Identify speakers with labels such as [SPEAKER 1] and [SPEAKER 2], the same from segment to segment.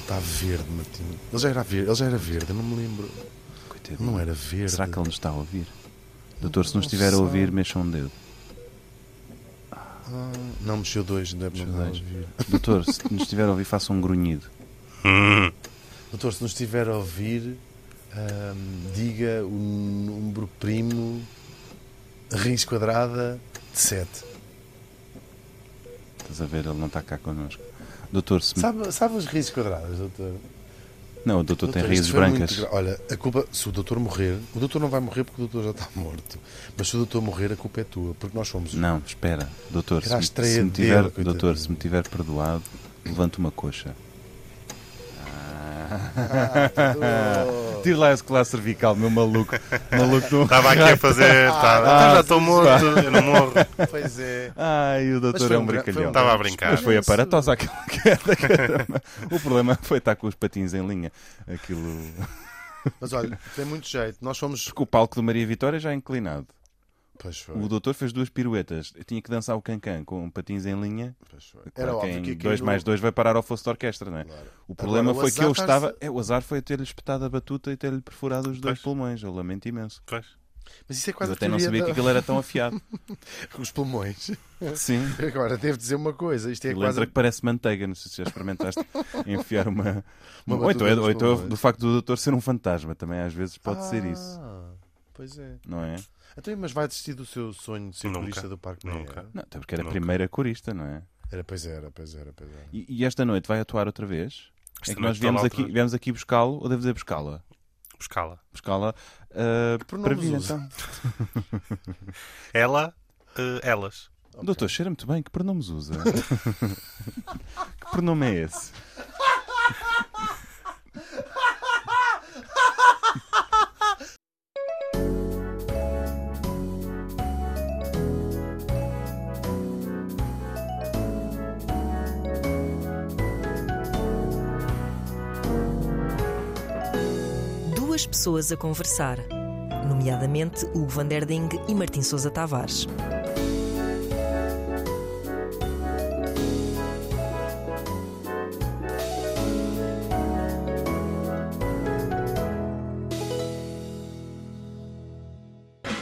[SPEAKER 1] Está verde, Matinho. Ele já era verde, ele já era verde, eu não me lembro.
[SPEAKER 2] Coitadinho.
[SPEAKER 1] Não era verde.
[SPEAKER 2] Será que ele nos está a ouvir? Doutor, se
[SPEAKER 1] Não
[SPEAKER 2] nos estiver a
[SPEAKER 1] sei.
[SPEAKER 2] ouvir, mexa um dedo.
[SPEAKER 1] Ah, não mexeu dois, não é
[SPEAKER 2] Mexeu
[SPEAKER 1] não dá a
[SPEAKER 2] dois.
[SPEAKER 1] ouvir.
[SPEAKER 2] Doutor, se nos estiver a ouvir, faça um grunhido.
[SPEAKER 1] Doutor, se nos estiver a ouvir, ahm, diga o número primo raiz quadrada de 7.
[SPEAKER 2] Estás a ver, ele não está cá connosco. Doutor, se...
[SPEAKER 1] Sabe, sabe as raízes quadradas, doutor?
[SPEAKER 2] Não, o doutor, tem
[SPEAKER 1] Doutor,
[SPEAKER 2] raízes
[SPEAKER 1] isto foi muito
[SPEAKER 2] brancas.
[SPEAKER 1] gra- Olha, a culpa, se o doutor morrer, o doutor não vai morrer porque o doutor já está morto. Mas se o doutor morrer, a culpa é tua, porque nós somos.
[SPEAKER 2] Não, espera. Doutor, se
[SPEAKER 1] Era a
[SPEAKER 2] me,
[SPEAKER 1] estreia
[SPEAKER 2] se me
[SPEAKER 1] dele,
[SPEAKER 2] tiver,
[SPEAKER 1] coitadinho.
[SPEAKER 2] doutor, se me tiver perdoado, levante uma coxa. Tire lá esse colar cervical, meu maluco. maluco do...
[SPEAKER 3] Estava aqui a fazer. tava-
[SPEAKER 2] Ah,
[SPEAKER 3] já estou morto, eu não morro.
[SPEAKER 1] Pois é.
[SPEAKER 2] Ai, o doutor
[SPEAKER 1] foi
[SPEAKER 2] é um
[SPEAKER 1] um gra- foi
[SPEAKER 2] brincalhão.
[SPEAKER 1] um
[SPEAKER 3] Estava a brincar.
[SPEAKER 2] Mas foi a
[SPEAKER 1] Isso.
[SPEAKER 2] paratosa aquela queda, caramba. O problema foi estar com os patins em linha. Aquilo.
[SPEAKER 1] Mas olha, tem muito jeito. Nós somos.
[SPEAKER 2] Porque o palco do Maria Vitória já é inclinado.
[SPEAKER 1] Pois foi.
[SPEAKER 2] O doutor fez duas piruetas. Eu tinha que dançar o cancan com patins em linha.
[SPEAKER 1] Pois foi.
[SPEAKER 2] Claro
[SPEAKER 1] Era
[SPEAKER 2] que
[SPEAKER 1] óbvio
[SPEAKER 2] em
[SPEAKER 1] que aqui
[SPEAKER 2] dois
[SPEAKER 1] no-
[SPEAKER 2] mais dois vai parar ao fosso de orquestra, não é?
[SPEAKER 1] Claro.
[SPEAKER 2] O problema
[SPEAKER 1] Agora, o
[SPEAKER 2] foi que eu
[SPEAKER 1] azar
[SPEAKER 2] estava.
[SPEAKER 1] está-se-
[SPEAKER 2] É, o azar foi eu ter-lhe espetado a batuta e ter-lhe perfurado os dois pulmões. Eu lamento imenso.
[SPEAKER 3] Pois.
[SPEAKER 1] Mas isso é
[SPEAKER 2] Mas
[SPEAKER 1] quase
[SPEAKER 2] eu
[SPEAKER 1] a
[SPEAKER 2] até não
[SPEAKER 1] teoria
[SPEAKER 2] sabia que
[SPEAKER 1] da-
[SPEAKER 2] aquilo era tão afiado.
[SPEAKER 1] os pulmões.
[SPEAKER 2] Sim.
[SPEAKER 1] Agora, devo dizer uma coisa: isto é
[SPEAKER 2] Aquilo
[SPEAKER 1] quase.
[SPEAKER 2] entra que parece manteiga, não sei se já experimentaste enfiar uma.
[SPEAKER 1] Uma
[SPEAKER 2] ou então,
[SPEAKER 1] batuta nos
[SPEAKER 2] ou então
[SPEAKER 1] pulmões.
[SPEAKER 2] do facto do doutor ser um fantasma também, às vezes pode ser isso,
[SPEAKER 1] Ah, Pois é.
[SPEAKER 2] não é?
[SPEAKER 1] Então, mas vai desistir do seu sonho de ser
[SPEAKER 3] Nunca.
[SPEAKER 1] turista do Parque Maia?
[SPEAKER 3] Nunca.
[SPEAKER 2] Não, até porque era a
[SPEAKER 3] Nunca.
[SPEAKER 2] primeira corista, não é?
[SPEAKER 1] Era, pois era, pois era, pois era.
[SPEAKER 2] E, e esta noite vai atuar outra vez? é
[SPEAKER 3] Esta
[SPEAKER 2] que nós
[SPEAKER 3] noite
[SPEAKER 2] viemos
[SPEAKER 3] está lá
[SPEAKER 2] aqui,
[SPEAKER 3] outra-
[SPEAKER 2] viemos aqui buscá-lo, ou devo dizer buscá-la?
[SPEAKER 3] Buscá-la.
[SPEAKER 2] Buscá-la ah, para
[SPEAKER 1] pronomes
[SPEAKER 2] vir
[SPEAKER 1] usa?
[SPEAKER 2] então.
[SPEAKER 3] Ela, eh, elas.
[SPEAKER 2] Doutor, cheira muito bem, que pronomes usa? que pronome é esse?
[SPEAKER 4] Duas pessoas a conversar, nomeadamente Hugo van der Ding e Martim Sousa Tavares.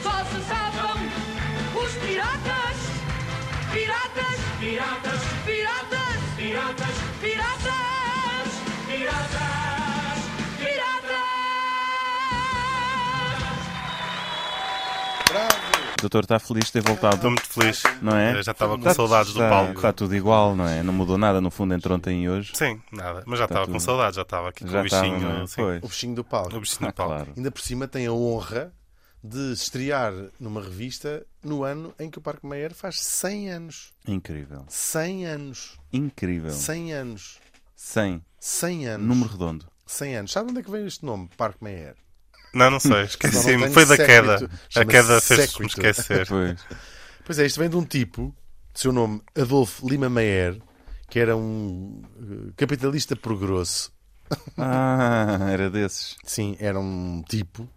[SPEAKER 5] Só se safam os piratas. Piratas, piratas, piratas, piratas, piratas, piratas, piratas.
[SPEAKER 2] O doutor está feliz de ter voltado,
[SPEAKER 3] Estou muito feliz.
[SPEAKER 2] não é?
[SPEAKER 3] Eu já estava com
[SPEAKER 2] Está-
[SPEAKER 3] saudades do
[SPEAKER 2] está-
[SPEAKER 3] palco.
[SPEAKER 2] Está tudo igual, não é? Não mudou nada, no fundo, entre ontem e hoje.
[SPEAKER 3] Sim, nada. Mas já estava com
[SPEAKER 2] Tá tudo.
[SPEAKER 3] saudades, já estava aqui com
[SPEAKER 2] Já
[SPEAKER 3] o
[SPEAKER 2] estava,
[SPEAKER 3] bichinho.
[SPEAKER 2] não é?
[SPEAKER 3] sim.
[SPEAKER 2] Pois.
[SPEAKER 1] O bichinho do palco.
[SPEAKER 3] O bichinho
[SPEAKER 2] Ah,
[SPEAKER 3] no palco.
[SPEAKER 2] claro.
[SPEAKER 1] Ainda por cima tem a honra de estrear numa revista no ano em que o Parque Mayer faz 100 anos.
[SPEAKER 2] Incrível.
[SPEAKER 1] 100 anos.
[SPEAKER 2] Incrível.
[SPEAKER 1] 100 anos.
[SPEAKER 2] 100.
[SPEAKER 1] 100 anos.
[SPEAKER 2] Então. Número redondo.
[SPEAKER 1] 100 anos. Sabe onde é que veio este nome, Parque Mayer?
[SPEAKER 3] Não, não sei.
[SPEAKER 1] Só
[SPEAKER 3] Esqueci-me.
[SPEAKER 1] não
[SPEAKER 3] Foi da
[SPEAKER 1] tenho
[SPEAKER 3] queda.
[SPEAKER 1] séquito.
[SPEAKER 3] A
[SPEAKER 1] Chama-se
[SPEAKER 3] queda fez-me
[SPEAKER 1] séquito.
[SPEAKER 3] esquecer.
[SPEAKER 2] Pois.
[SPEAKER 1] Pois é, isto vem de um tipo, de seu nome Adolfo Lima Mayer, que era um eh, capitalista por grosso.
[SPEAKER 2] Ah, era desses.
[SPEAKER 1] Sim, era um tipo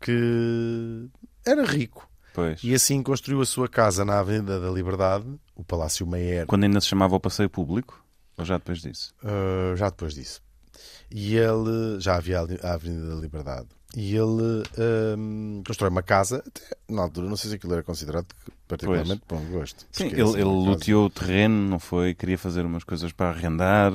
[SPEAKER 1] que era rico.
[SPEAKER 2] Pois.
[SPEAKER 1] E assim construiu a sua casa na Avenida da Liberdade, o Palácio Mayer,
[SPEAKER 2] Quando ainda se chamava o passeio público? Ou já depois disso?
[SPEAKER 1] Uh, já depois disso. E ele já havia ali- a Avenida da Liberdade. E ele um, constrói uma casa, até na altura, não sei se aquilo era considerado particularmente bom gosto.
[SPEAKER 2] Sim,
[SPEAKER 1] Porque,
[SPEAKER 2] ele,
[SPEAKER 1] assim,
[SPEAKER 2] ele
[SPEAKER 1] uma casa-
[SPEAKER 2] luteou o terreno, não foi? Queria fazer umas coisas para arrendar.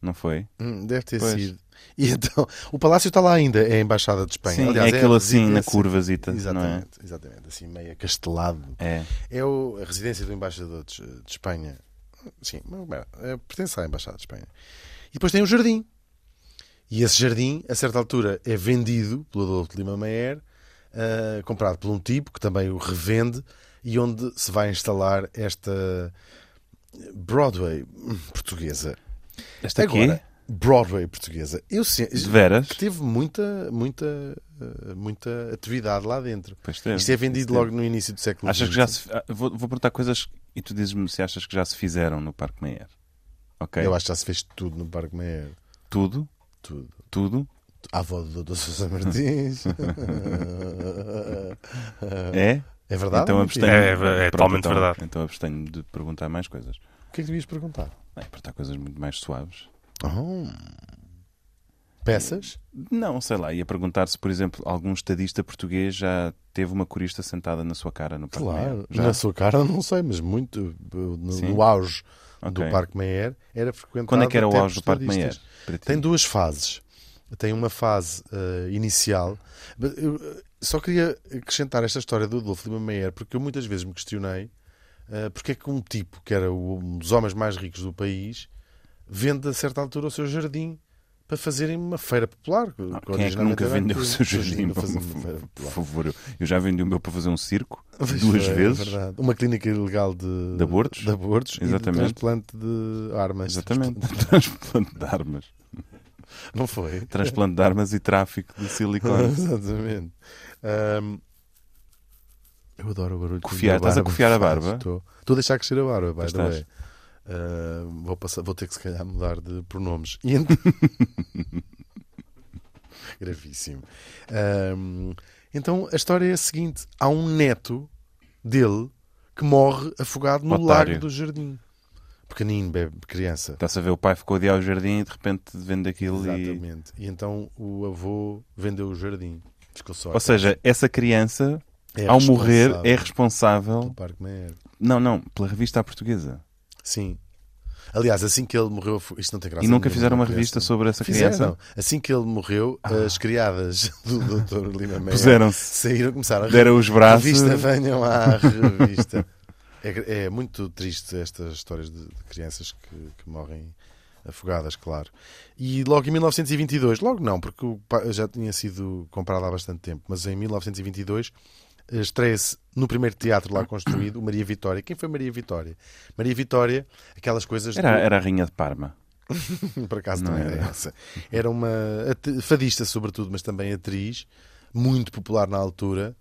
[SPEAKER 2] Não foi?
[SPEAKER 1] Hum, deve ter
[SPEAKER 2] Pois.
[SPEAKER 1] sido. E então, o palácio está lá ainda, é a Embaixada de Espanha.
[SPEAKER 2] Sim,
[SPEAKER 1] Aliás,
[SPEAKER 2] é aquilo
[SPEAKER 1] a
[SPEAKER 2] assim, na
[SPEAKER 1] residência-
[SPEAKER 2] curvazita, não é?
[SPEAKER 1] Exatamente, exatamente, assim meio castelado.
[SPEAKER 2] É.
[SPEAKER 1] É o- a residência do embaixador de, de Espanha. Sim, mas, bem, é, pertence à embaixada de Espanha. E depois tem um jardim. E esse jardim, a certa altura, é vendido pelo Adolfo de Lima Maier, ah, comprado por um tipo que também o revende e onde se vai instalar esta Broadway hum, portuguesa.
[SPEAKER 2] Esta aqui,
[SPEAKER 1] Agora, Broadway portuguesa. Eu sei,
[SPEAKER 2] de veras.
[SPEAKER 1] que tipo teve muita, muita, ah, muita atividade lá dentro.
[SPEAKER 2] Pois teve,
[SPEAKER 1] Isto é vendido
[SPEAKER 2] teve.
[SPEAKER 1] logo no início do século
[SPEAKER 2] Achas que já
[SPEAKER 1] XX.
[SPEAKER 2] se. ah, Vou, vou perguntar coisas e tu dizes-me se achas que já se fizeram no Parque Meyer. Ok?
[SPEAKER 1] Eu acho que já se fez tudo no Parque Mayer.
[SPEAKER 2] Tudo,
[SPEAKER 1] Tudo.
[SPEAKER 2] tudo.
[SPEAKER 1] A avó do Dr. Sousa Martins.
[SPEAKER 2] É?
[SPEAKER 1] é verdade?
[SPEAKER 2] Então
[SPEAKER 1] ou
[SPEAKER 2] abstenho.
[SPEAKER 1] mentira?
[SPEAKER 3] É, é totalmente
[SPEAKER 2] então,
[SPEAKER 3] verdade.
[SPEAKER 2] Então abstenho de perguntar mais coisas.
[SPEAKER 1] O que é que devias perguntar?
[SPEAKER 2] Bem, perguntar coisas muito mais suaves.
[SPEAKER 1] Oh. Peças?
[SPEAKER 2] Não, sei lá, ia perguntar se, por exemplo, algum estadista português já teve uma corista sentada na sua cara no Parque
[SPEAKER 1] Claro.
[SPEAKER 2] Mayer. Tá, Já?
[SPEAKER 1] Na sua cara, não sei, mas muito. uh, No,
[SPEAKER 2] Sim.
[SPEAKER 1] no auge do
[SPEAKER 2] Ok.
[SPEAKER 1] Parque Mayer, era frequentado.
[SPEAKER 2] Quando é que era o
[SPEAKER 1] até
[SPEAKER 2] auge do
[SPEAKER 1] por
[SPEAKER 2] Parque Mayer?
[SPEAKER 1] estadistas.
[SPEAKER 2] para ti?
[SPEAKER 1] Tem duas fases. Tem uma fase eh, inicial. Mas eu, eh, só queria acrescentar esta história do Adolfo Lima Meyer, porque eu muitas vezes me questionei eh, porque é que um tipo que era o- um dos homens mais ricos do país vende a certa altura o seu jardim para fazerem uma feira popular. que
[SPEAKER 2] Quem é que
[SPEAKER 1] originalmente
[SPEAKER 2] nunca
[SPEAKER 1] era
[SPEAKER 2] vendeu o seu jardim?
[SPEAKER 1] para fazer uma feira
[SPEAKER 2] Por
[SPEAKER 1] popular.
[SPEAKER 2] favor, eu- eu já vendi o meu para fazer um circo
[SPEAKER 1] Pois
[SPEAKER 2] duas
[SPEAKER 1] é, é
[SPEAKER 2] vezes.
[SPEAKER 1] verdade. Uma clínica ilegal de,
[SPEAKER 2] De abortos?
[SPEAKER 1] de abortos e de
[SPEAKER 2] Exatamente.
[SPEAKER 1] transplante de armas.
[SPEAKER 2] Exatamente. Transplante de armas.
[SPEAKER 1] Não foi?
[SPEAKER 2] Transplante de armas e tráfico de silicone.
[SPEAKER 1] Exatamente. Ahm, eu adoro o barulho. que
[SPEAKER 2] Cofiar,
[SPEAKER 1] a minha
[SPEAKER 2] estás a
[SPEAKER 1] barba
[SPEAKER 2] cofiar
[SPEAKER 1] faz.
[SPEAKER 2] a barba?
[SPEAKER 1] Estou, Estou a deixar crescer a barba, by
[SPEAKER 2] Pois
[SPEAKER 1] the way.
[SPEAKER 2] estás.
[SPEAKER 1] Ahm, vou, passar, vou ter que se calhar mudar de pronomes. E ent- Gravíssimo. Ahm, então a história é a seguinte: há um neto dele que morre afogado no
[SPEAKER 2] Otário.
[SPEAKER 1] lago do jardim. Pequenino, bebe, criança.
[SPEAKER 2] Está-se a ver, o pai ficou de ir ao jardim e de repente vende aquilo e...
[SPEAKER 1] Exatamente. E então o avô vendeu o jardim. Ficou só.
[SPEAKER 2] Ou seja, essa criança,
[SPEAKER 1] É
[SPEAKER 2] ao morrer,
[SPEAKER 1] responsável
[SPEAKER 2] é
[SPEAKER 1] pelo
[SPEAKER 2] responsável...
[SPEAKER 1] Parque Mayer.
[SPEAKER 2] Não, não, pela revista à portuguesa.
[SPEAKER 1] é? Sim. Aliás, assim que ele morreu, fu- isto não tem graça.
[SPEAKER 2] E nunca
[SPEAKER 1] nenhuma,
[SPEAKER 2] fizeram uma
[SPEAKER 1] não
[SPEAKER 2] revista
[SPEAKER 1] presta.
[SPEAKER 2] sobre essa
[SPEAKER 1] Fizeram.
[SPEAKER 2] criança? Ah.
[SPEAKER 1] Assim que ele morreu, as criadas do Dr. Lima Meia
[SPEAKER 2] Puseram-se,
[SPEAKER 1] saíram e começaram a rir.
[SPEAKER 2] deram os braços...
[SPEAKER 1] Revista, venham à revista. É, é muito triste estas histórias de, de crianças que, que morrem afogadas, claro. E logo em 1922, logo não, porque o pa- já tinha sido comprado há bastante tempo, mas em 1922 estreia-se no primeiro teatro lá construído o Maria Vitória. Quem foi Maria Vitória? Maria Vitória, aquelas coisas.
[SPEAKER 2] Era,
[SPEAKER 1] do-
[SPEAKER 2] era a Rainha de Parma.
[SPEAKER 1] por acaso não,
[SPEAKER 2] Não é
[SPEAKER 1] era
[SPEAKER 2] era.
[SPEAKER 1] essa. Era uma ati- fadista, sobretudo, mas também atriz, muito popular na altura,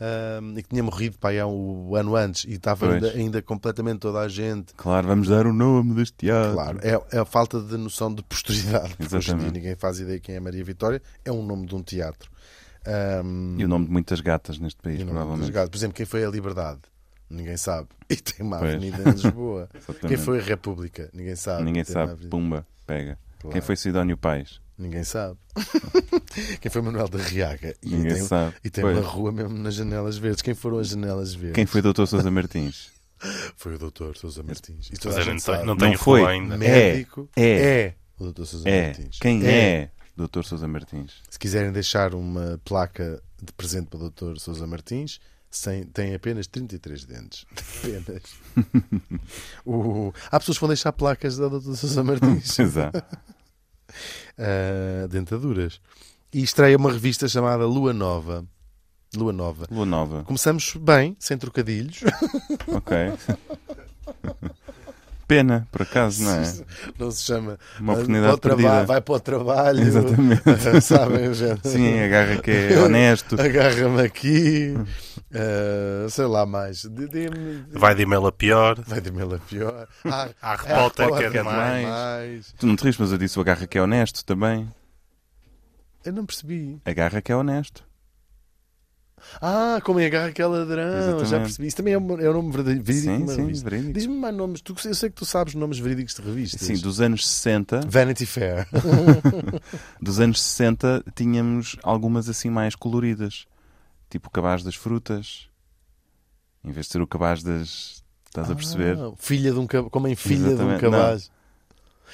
[SPEAKER 1] ahm, e que tinha morrido pai, há um ano antes, e estava
[SPEAKER 2] Pois.
[SPEAKER 1] ainda, ainda completamente toda a gente.
[SPEAKER 2] Claro, vamos dar o nome deste teatro.
[SPEAKER 1] Claro, é, é a falta de noção de posteridade, porque hoje em dia
[SPEAKER 2] Exatamente.
[SPEAKER 1] ninguém faz ideia quem é Maria Vitória, é um nome de um teatro. Ahm,
[SPEAKER 2] E o nome de muitas gatas neste país,
[SPEAKER 1] e não-
[SPEAKER 2] provavelmente.
[SPEAKER 1] Por exemplo, quem foi a Liberdade? Ninguém sabe. E tem uma
[SPEAKER 2] Pois.
[SPEAKER 1] avenida em Lisboa. quem
[SPEAKER 2] Exatamente.
[SPEAKER 1] foi a República? Ninguém sabe.
[SPEAKER 2] Ninguém
[SPEAKER 1] E tem uma
[SPEAKER 2] sabe.
[SPEAKER 1] avenida-
[SPEAKER 2] Pumba, pega.
[SPEAKER 1] Claro.
[SPEAKER 2] Quem foi Sidónio Pais?
[SPEAKER 1] Ninguém sabe. Quem foi Manuel da Riaga? E
[SPEAKER 2] Ninguém
[SPEAKER 1] tem, um-
[SPEAKER 2] sabe.
[SPEAKER 1] E tem
[SPEAKER 2] Pois.
[SPEAKER 1] uma rua mesmo nas janelas verdes. Quem foram as janelas verdes?
[SPEAKER 2] Quem foi Doutor Sousa Martins?
[SPEAKER 1] Foi o doutor Sousa Martins. E toda
[SPEAKER 3] Mas
[SPEAKER 1] a
[SPEAKER 3] eu
[SPEAKER 1] gente
[SPEAKER 3] não tenho,
[SPEAKER 1] sabe.
[SPEAKER 3] não
[SPEAKER 2] Não
[SPEAKER 3] tenho
[SPEAKER 2] foi.
[SPEAKER 3] foi ainda.
[SPEAKER 2] Me-
[SPEAKER 1] Médico
[SPEAKER 2] É, é.
[SPEAKER 1] o doutor Sousa
[SPEAKER 2] É.
[SPEAKER 1] Martins.
[SPEAKER 2] Quem é Doutor Sousa Martins?
[SPEAKER 1] Se quiserem deixar uma placa de presente para o doutor Sousa Martins, sem, tem apenas 33 dentes. Apenas. O- há pessoas que vão deixar placas da doutor Sousa Martins.
[SPEAKER 2] Exato.
[SPEAKER 1] Ah, dentaduras. E estreia uma revista chamada Lua Nova. Lua Nova.
[SPEAKER 2] Lua Nova.
[SPEAKER 1] Começamos bem, sem trocadilhos.
[SPEAKER 2] Ok. Pena, por acaso, não é?
[SPEAKER 1] Não se chama.
[SPEAKER 2] Uma
[SPEAKER 1] "Ah,
[SPEAKER 2] oportunidade
[SPEAKER 1] para o traba-
[SPEAKER 2] perdida."
[SPEAKER 1] Vai para o trabalho. Eh,
[SPEAKER 2] Exatamente.
[SPEAKER 1] Sabem, gente?
[SPEAKER 2] Sim, agarra que é honesto.
[SPEAKER 1] Agarra-me aqui. Ah, sei lá mais. De- de-
[SPEAKER 3] Vai de e-mail a pior. é
[SPEAKER 1] Vai de mel a pior. Ah,
[SPEAKER 3] Harry Potter
[SPEAKER 1] Potter
[SPEAKER 3] quer mais.
[SPEAKER 1] mais.
[SPEAKER 2] Tu não te rires, mas eu disse o agarra que é honesto também.
[SPEAKER 1] Eu não percebi.
[SPEAKER 2] Agarra que é honesto.
[SPEAKER 1] Ah, como é agarra que é ladrão. Já
[SPEAKER 2] Exatamente.
[SPEAKER 1] percebi. Isso também é um, é um nome verdadeiro- verídico de
[SPEAKER 2] Sim,
[SPEAKER 1] uma
[SPEAKER 2] sim,
[SPEAKER 1] revista.
[SPEAKER 2] verídico.
[SPEAKER 1] Diz-me mais nomes. Tu, eu sei que tu sabes nomes verídicos de revistas.
[SPEAKER 2] Sim, dos anos 60,
[SPEAKER 1] Vanity Fair.
[SPEAKER 2] dos anos 60 tínhamos algumas assim mais coloridas, tipo o cabaz das frutas, em vez de ser o cabaz das. Estás a perceber?
[SPEAKER 1] Ah, filha de um cab... Como em filha
[SPEAKER 2] Exatamente,
[SPEAKER 1] de um cabaz.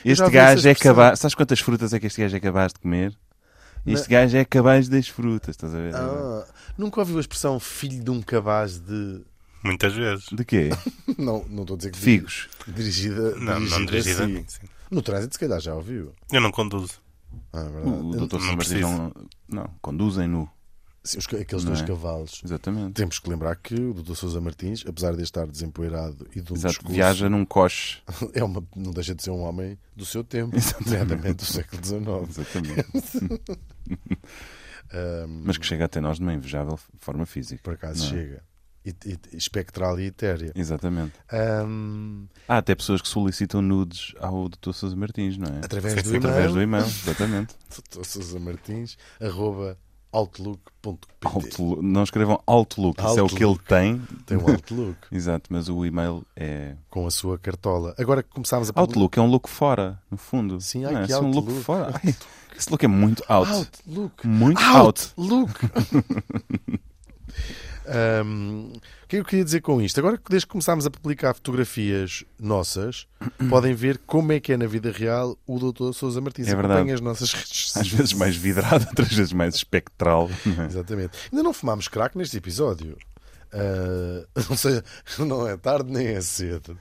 [SPEAKER 1] Eu já vi essa
[SPEAKER 2] Este gajo é
[SPEAKER 1] expressão.
[SPEAKER 2] capaz. Sabes quantas frutas é que este gajo é capaz de comer? Este gajo é capaz das frutas, estás a ver?
[SPEAKER 1] Ah, nunca ouviu a expressão filho de um cabaz de.
[SPEAKER 3] Muitas vezes.
[SPEAKER 2] De quê?
[SPEAKER 1] Não, não estou a dizer que.
[SPEAKER 2] De figos.
[SPEAKER 1] Dirigida.
[SPEAKER 3] Não, não dirigida a mim. sim.
[SPEAKER 1] No trânsito, se calhar já ouviu.
[SPEAKER 3] Eu não conduzo.
[SPEAKER 1] Ah, é
[SPEAKER 2] O,
[SPEAKER 1] verdade.
[SPEAKER 2] o doutor
[SPEAKER 3] não
[SPEAKER 2] São Martins
[SPEAKER 3] preciso.
[SPEAKER 2] não, não, conduzem nu.
[SPEAKER 1] Sim, os ca- aqueles
[SPEAKER 2] Não
[SPEAKER 1] dois
[SPEAKER 2] é?
[SPEAKER 1] cavalos.
[SPEAKER 2] Exatamente.
[SPEAKER 1] Temos que lembrar que o Dr. Sousa Martins, apesar de estar desempoeirado e de um
[SPEAKER 2] Exato,
[SPEAKER 1] discurso,
[SPEAKER 2] viaja num coche.
[SPEAKER 1] é uma, não deixa de ser um homem do seu tempo,
[SPEAKER 2] Exatamente.
[SPEAKER 1] exatamente do século XIX.
[SPEAKER 2] Exatamente.
[SPEAKER 1] Ahm,
[SPEAKER 2] Mas que chega até nós de uma invejável forma física.
[SPEAKER 1] Ah, por acaso
[SPEAKER 2] não é?
[SPEAKER 1] chega. E, e- espectral e etérea.
[SPEAKER 2] Exatamente.
[SPEAKER 1] Ahm,
[SPEAKER 2] Há até pessoas que solicitam nudes ao Dr. Sousa Martins, não é?
[SPEAKER 1] através,
[SPEAKER 3] Sim,
[SPEAKER 1] do
[SPEAKER 3] sim,
[SPEAKER 1] e-mail,
[SPEAKER 2] Através do e-mail, exatamente.
[SPEAKER 1] Dr. Sousa Martins, arroba Outlook.pt.
[SPEAKER 2] Outlook. Não escrevam Outlook, isso é o que ele
[SPEAKER 1] é. Outlook.
[SPEAKER 2] tem.
[SPEAKER 1] Tem um Outlook
[SPEAKER 2] Exato, mas o e-mail é.
[SPEAKER 1] com a sua cartola. Agora que começámos a publicar-
[SPEAKER 2] Outlook é um look fora, no fundo.
[SPEAKER 1] Sim,
[SPEAKER 2] não
[SPEAKER 1] ai,
[SPEAKER 2] é?
[SPEAKER 1] que
[SPEAKER 2] Isso é um look
[SPEAKER 1] Outlook.
[SPEAKER 2] fora. Ai, esse look é muito out.
[SPEAKER 1] Outlook.
[SPEAKER 2] Muito out.
[SPEAKER 1] Outlook. Hum, o que é que eu queria dizer com isto? Agora que desde que começámos a publicar fotografias nossas, podem ver como é que é na vida real o Dr. Sousa Martins.
[SPEAKER 2] É verdade.
[SPEAKER 1] Acompanhem as nossas redes
[SPEAKER 2] Às vezes mais vidrado, outras vezes mais espectral. não é?
[SPEAKER 1] Exatamente. Ainda não fumámos crack neste episódio. Ah, não, sei, não é tarde nem é cedo.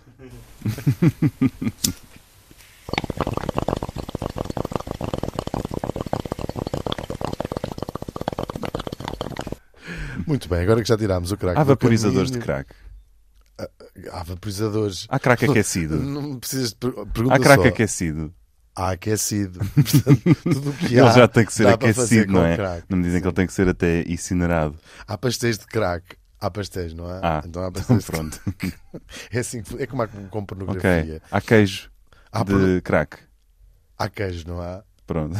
[SPEAKER 1] Muito bem, agora que já tirámos o crack.
[SPEAKER 2] Há
[SPEAKER 1] do
[SPEAKER 2] vaporizadores de
[SPEAKER 1] caminho-
[SPEAKER 2] crack.
[SPEAKER 1] Há vaporizadores.
[SPEAKER 2] Há crack aquecido.
[SPEAKER 1] Não precisas de per- pergunta
[SPEAKER 2] Há crack
[SPEAKER 1] só.
[SPEAKER 2] aquecido.
[SPEAKER 1] Há aquecido. Portanto, tudo o que
[SPEAKER 2] Ele
[SPEAKER 1] há,
[SPEAKER 2] já tem que ser
[SPEAKER 1] dá para fazer
[SPEAKER 2] aquecido,
[SPEAKER 1] com
[SPEAKER 2] não é?
[SPEAKER 1] crack.
[SPEAKER 2] Não me dizem que ele tem que ser até incinerado.
[SPEAKER 1] Há pastéis de crack. Há pastéis, não há?
[SPEAKER 2] Ah,
[SPEAKER 1] então há
[SPEAKER 2] Então,
[SPEAKER 1] pastéis de crack.
[SPEAKER 2] pronto.
[SPEAKER 1] É assim que- é como há com, com pornografia.
[SPEAKER 2] ok. Há queijo
[SPEAKER 1] Há,
[SPEAKER 2] de
[SPEAKER 1] porno-
[SPEAKER 2] crack.
[SPEAKER 1] há queijo, não há?
[SPEAKER 2] Pronto.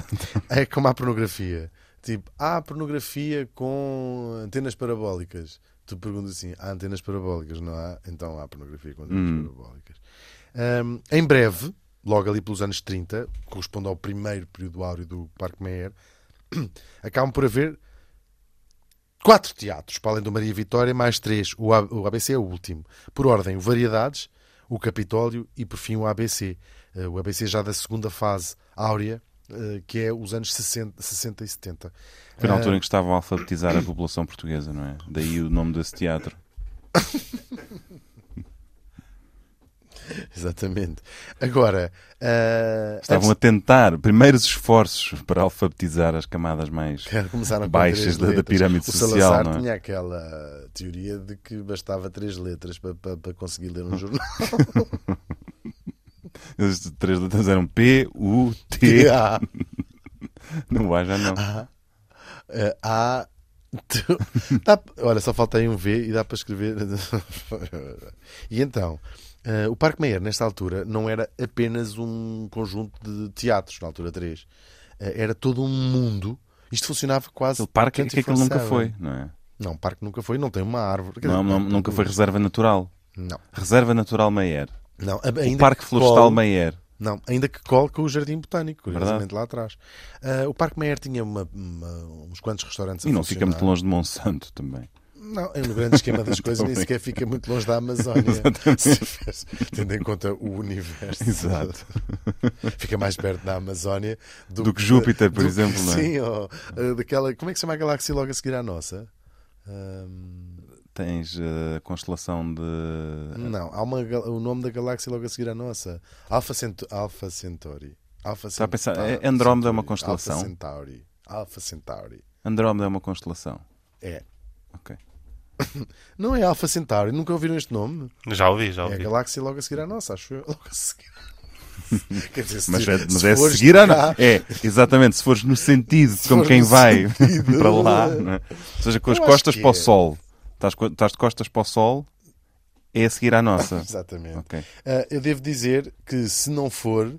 [SPEAKER 1] É como há pornografia. Tipo, há pornografia com antenas parabólicas. Tu perguntas assim: há antenas parabólicas? Não há? Então há pornografia com antenas
[SPEAKER 2] Hum.
[SPEAKER 1] parabólicas. Ahm, em breve, logo ali pelos anos 30, corresponde ao primeiro período áureo do Parque Meyer, acabam por haver quatro teatros, para além do Maria Vitória, mais três. O, A- o ABC é o último. Por ordem, o Variedades, o Capitólio e, por fim, o ABC. Eh, o ABC já da segunda fase áurea, eh, que é os anos 60, 60 e 70.
[SPEAKER 2] Foi na altura em que estavam a alfabetizar a população portuguesa, não é? Daí o nome desse teatro.
[SPEAKER 1] Exatamente. Agora, eh,
[SPEAKER 2] Estavam a
[SPEAKER 1] antes-
[SPEAKER 2] tentar primeiros esforços para alfabetizar as camadas mais.
[SPEAKER 1] começaram com
[SPEAKER 2] baixas
[SPEAKER 1] três
[SPEAKER 2] da- da
[SPEAKER 1] letras.
[SPEAKER 2] pirâmide
[SPEAKER 1] o
[SPEAKER 2] social,
[SPEAKER 1] Salazar
[SPEAKER 2] não é?
[SPEAKER 1] tinha aquela teoria de que bastava três letras para, para, para conseguir ler um jornal.
[SPEAKER 2] As três letras eram P, U, T.
[SPEAKER 1] T-A.
[SPEAKER 2] Não há já não.
[SPEAKER 1] Eh, há. tu- dá p- Olha, só falta aí um V e dá para escrever. e então, eh, o Parque Meyer, nesta altura, não era apenas um conjunto de teatros, na altura 3. era todo um mundo. Isto funcionava quase.
[SPEAKER 2] Aquele parque é que aquilo nunca
[SPEAKER 1] 24/7.
[SPEAKER 2] foi, não é?
[SPEAKER 1] Não, parque nunca foi, não é um tem uma árvore. Quer
[SPEAKER 2] Não,
[SPEAKER 1] dizer,
[SPEAKER 2] não- nunca foi reserva natural.
[SPEAKER 1] Não,
[SPEAKER 2] Reserva Natural Maier.
[SPEAKER 1] não. a-
[SPEAKER 2] O
[SPEAKER 1] ainda
[SPEAKER 2] Parque
[SPEAKER 1] que
[SPEAKER 2] Florestal
[SPEAKER 1] cole-
[SPEAKER 2] Maier.
[SPEAKER 1] Não, ainda que cole com o Jardim Botânico, curiosamente
[SPEAKER 2] Verdade.
[SPEAKER 1] lá atrás. Eh, o Parque Meyer tinha uma- uma- uns quantos restaurantes a
[SPEAKER 2] E não fica
[SPEAKER 1] funcionar.
[SPEAKER 2] muito longe de Monsanto também.
[SPEAKER 1] Não, é no grande esquema das coisas, nem
[SPEAKER 2] Também.
[SPEAKER 1] sequer fica muito longe da Amazónia. se fores- Tendo em conta o universo.
[SPEAKER 2] Exato.
[SPEAKER 1] Fica mais perto da Amazónia do,
[SPEAKER 2] Do que Júpiter, por
[SPEAKER 1] do que-
[SPEAKER 2] exemplo, não é?
[SPEAKER 1] Sim, ou, eh, daquela. Como é que se chama a galáxia logo a seguir à nossa? Ahm,
[SPEAKER 2] Tens eh, a constelação de. Hum.
[SPEAKER 1] não, há uma, gal- o nome da galáxia logo a seguir à nossa. Alpha, Cento, Alpha Centauri. Alpha
[SPEAKER 2] Está a pensar,
[SPEAKER 1] Centauri.
[SPEAKER 2] é- Andrómeda é uma
[SPEAKER 1] Alpha
[SPEAKER 2] constelação?
[SPEAKER 1] Centauri. Alpha Centauri.
[SPEAKER 2] Andrómeda é uma constelação.
[SPEAKER 1] É.
[SPEAKER 2] Ok.
[SPEAKER 1] Não é Alpha Centauri? Nunca ouviram este nome?
[SPEAKER 3] Já ouvi, já
[SPEAKER 1] É a
[SPEAKER 3] ouvi.
[SPEAKER 1] galáxia logo a seguir à nossa, acho eu. Logo a seguir. Quer dizer, se,
[SPEAKER 2] Mas é, mas
[SPEAKER 1] se
[SPEAKER 2] é
[SPEAKER 1] fores
[SPEAKER 2] seguir a
[SPEAKER 1] cá,
[SPEAKER 2] É, exatamente. Se fores no sentido, como
[SPEAKER 1] fores
[SPEAKER 2] quem
[SPEAKER 1] no
[SPEAKER 2] vai
[SPEAKER 1] sentido.
[SPEAKER 2] para lá, não é? ou seja, com as
[SPEAKER 1] Eu acho
[SPEAKER 2] costas
[SPEAKER 1] que
[SPEAKER 2] para o
[SPEAKER 1] é.
[SPEAKER 2] sol. Estás, co- estás de costas para o sol, é a seguir à nossa.
[SPEAKER 1] Exatamente.
[SPEAKER 2] ok.
[SPEAKER 1] Ah, eu devo dizer que se não for,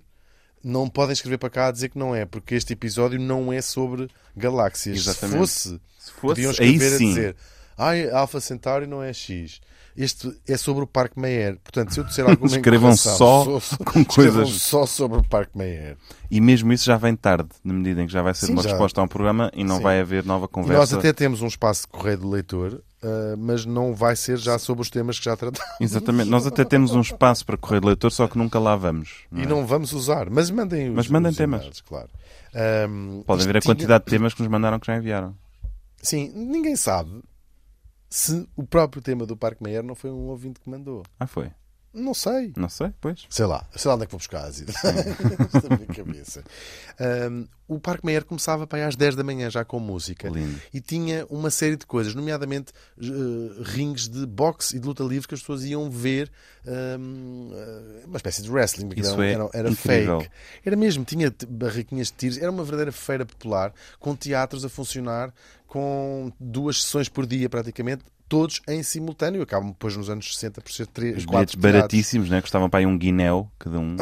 [SPEAKER 1] não podem escrever para cá a dizer que não é, porque este episódio não é sobre galáxias.
[SPEAKER 2] Exatamente.
[SPEAKER 1] Se fosse,
[SPEAKER 2] Se
[SPEAKER 1] podiam
[SPEAKER 2] aí
[SPEAKER 1] escrever a
[SPEAKER 2] sim.
[SPEAKER 1] dizer Ai, Alpha Centauri não é X. Este é sobre o Parque Meyer. Portanto, se eu disser alguma
[SPEAKER 2] Escrevam
[SPEAKER 1] incorreção,
[SPEAKER 2] só
[SPEAKER 1] so-
[SPEAKER 2] com
[SPEAKER 1] escrevam
[SPEAKER 2] coisas-
[SPEAKER 1] só sobre o Parque Meyer.
[SPEAKER 2] E mesmo isso já vem tarde, na medida em que já vai ser
[SPEAKER 1] Sim,
[SPEAKER 2] uma
[SPEAKER 1] já.
[SPEAKER 2] resposta a um programa e não
[SPEAKER 1] Sim.
[SPEAKER 2] vai haver
[SPEAKER 1] E
[SPEAKER 2] nova
[SPEAKER 1] nós
[SPEAKER 2] conversa.
[SPEAKER 1] até temos um espaço de correio do leitor, ah, mas não vai ser já sobre os temas que já tratamos.
[SPEAKER 2] Exatamente. Nós até temos um espaço para correr de leitor, só que nunca lá vamos. não
[SPEAKER 1] E
[SPEAKER 2] é?
[SPEAKER 1] não vamos usar, mas mandem os,
[SPEAKER 2] Mas mandem
[SPEAKER 1] os
[SPEAKER 2] temas.
[SPEAKER 1] e-mails, claro. Ahm,
[SPEAKER 2] Podem
[SPEAKER 1] isto
[SPEAKER 2] ver a
[SPEAKER 1] tinha-
[SPEAKER 2] quantidade de temas que nos mandaram que já enviaram.
[SPEAKER 1] Sim, ninguém sabe se o próprio tema do Parque Meyer não foi um ouvinte que mandou.
[SPEAKER 2] Ah, foi.
[SPEAKER 1] Não sei.
[SPEAKER 2] Não sei, pois. Hum.
[SPEAKER 1] Sei lá, sei lá onde é que vou buscar a Está na minha cabeça. Ahm, o Parque Meyer começava para aí às 10 da manhã já com música
[SPEAKER 2] Lindo.
[SPEAKER 1] e tinha uma série de coisas, nomeadamente eh, rings de boxe e de luta livre que as pessoas iam ver ahm, eh, uma espécie de wrestling, porque
[SPEAKER 2] Isso
[SPEAKER 1] não-
[SPEAKER 2] é
[SPEAKER 1] era, era
[SPEAKER 2] incrível.
[SPEAKER 1] fake. Era mesmo, tinha t- barraquinhas de tiros, era uma verdadeira feira popular com teatros a funcionar com duas sessões por dia praticamente todos em simultâneo. Acabam depois nos anos 60 por ser
[SPEAKER 2] Os
[SPEAKER 1] 3, 4
[SPEAKER 2] bilhetes baratíssimos, né? Custavam para aí um guinéu cada um.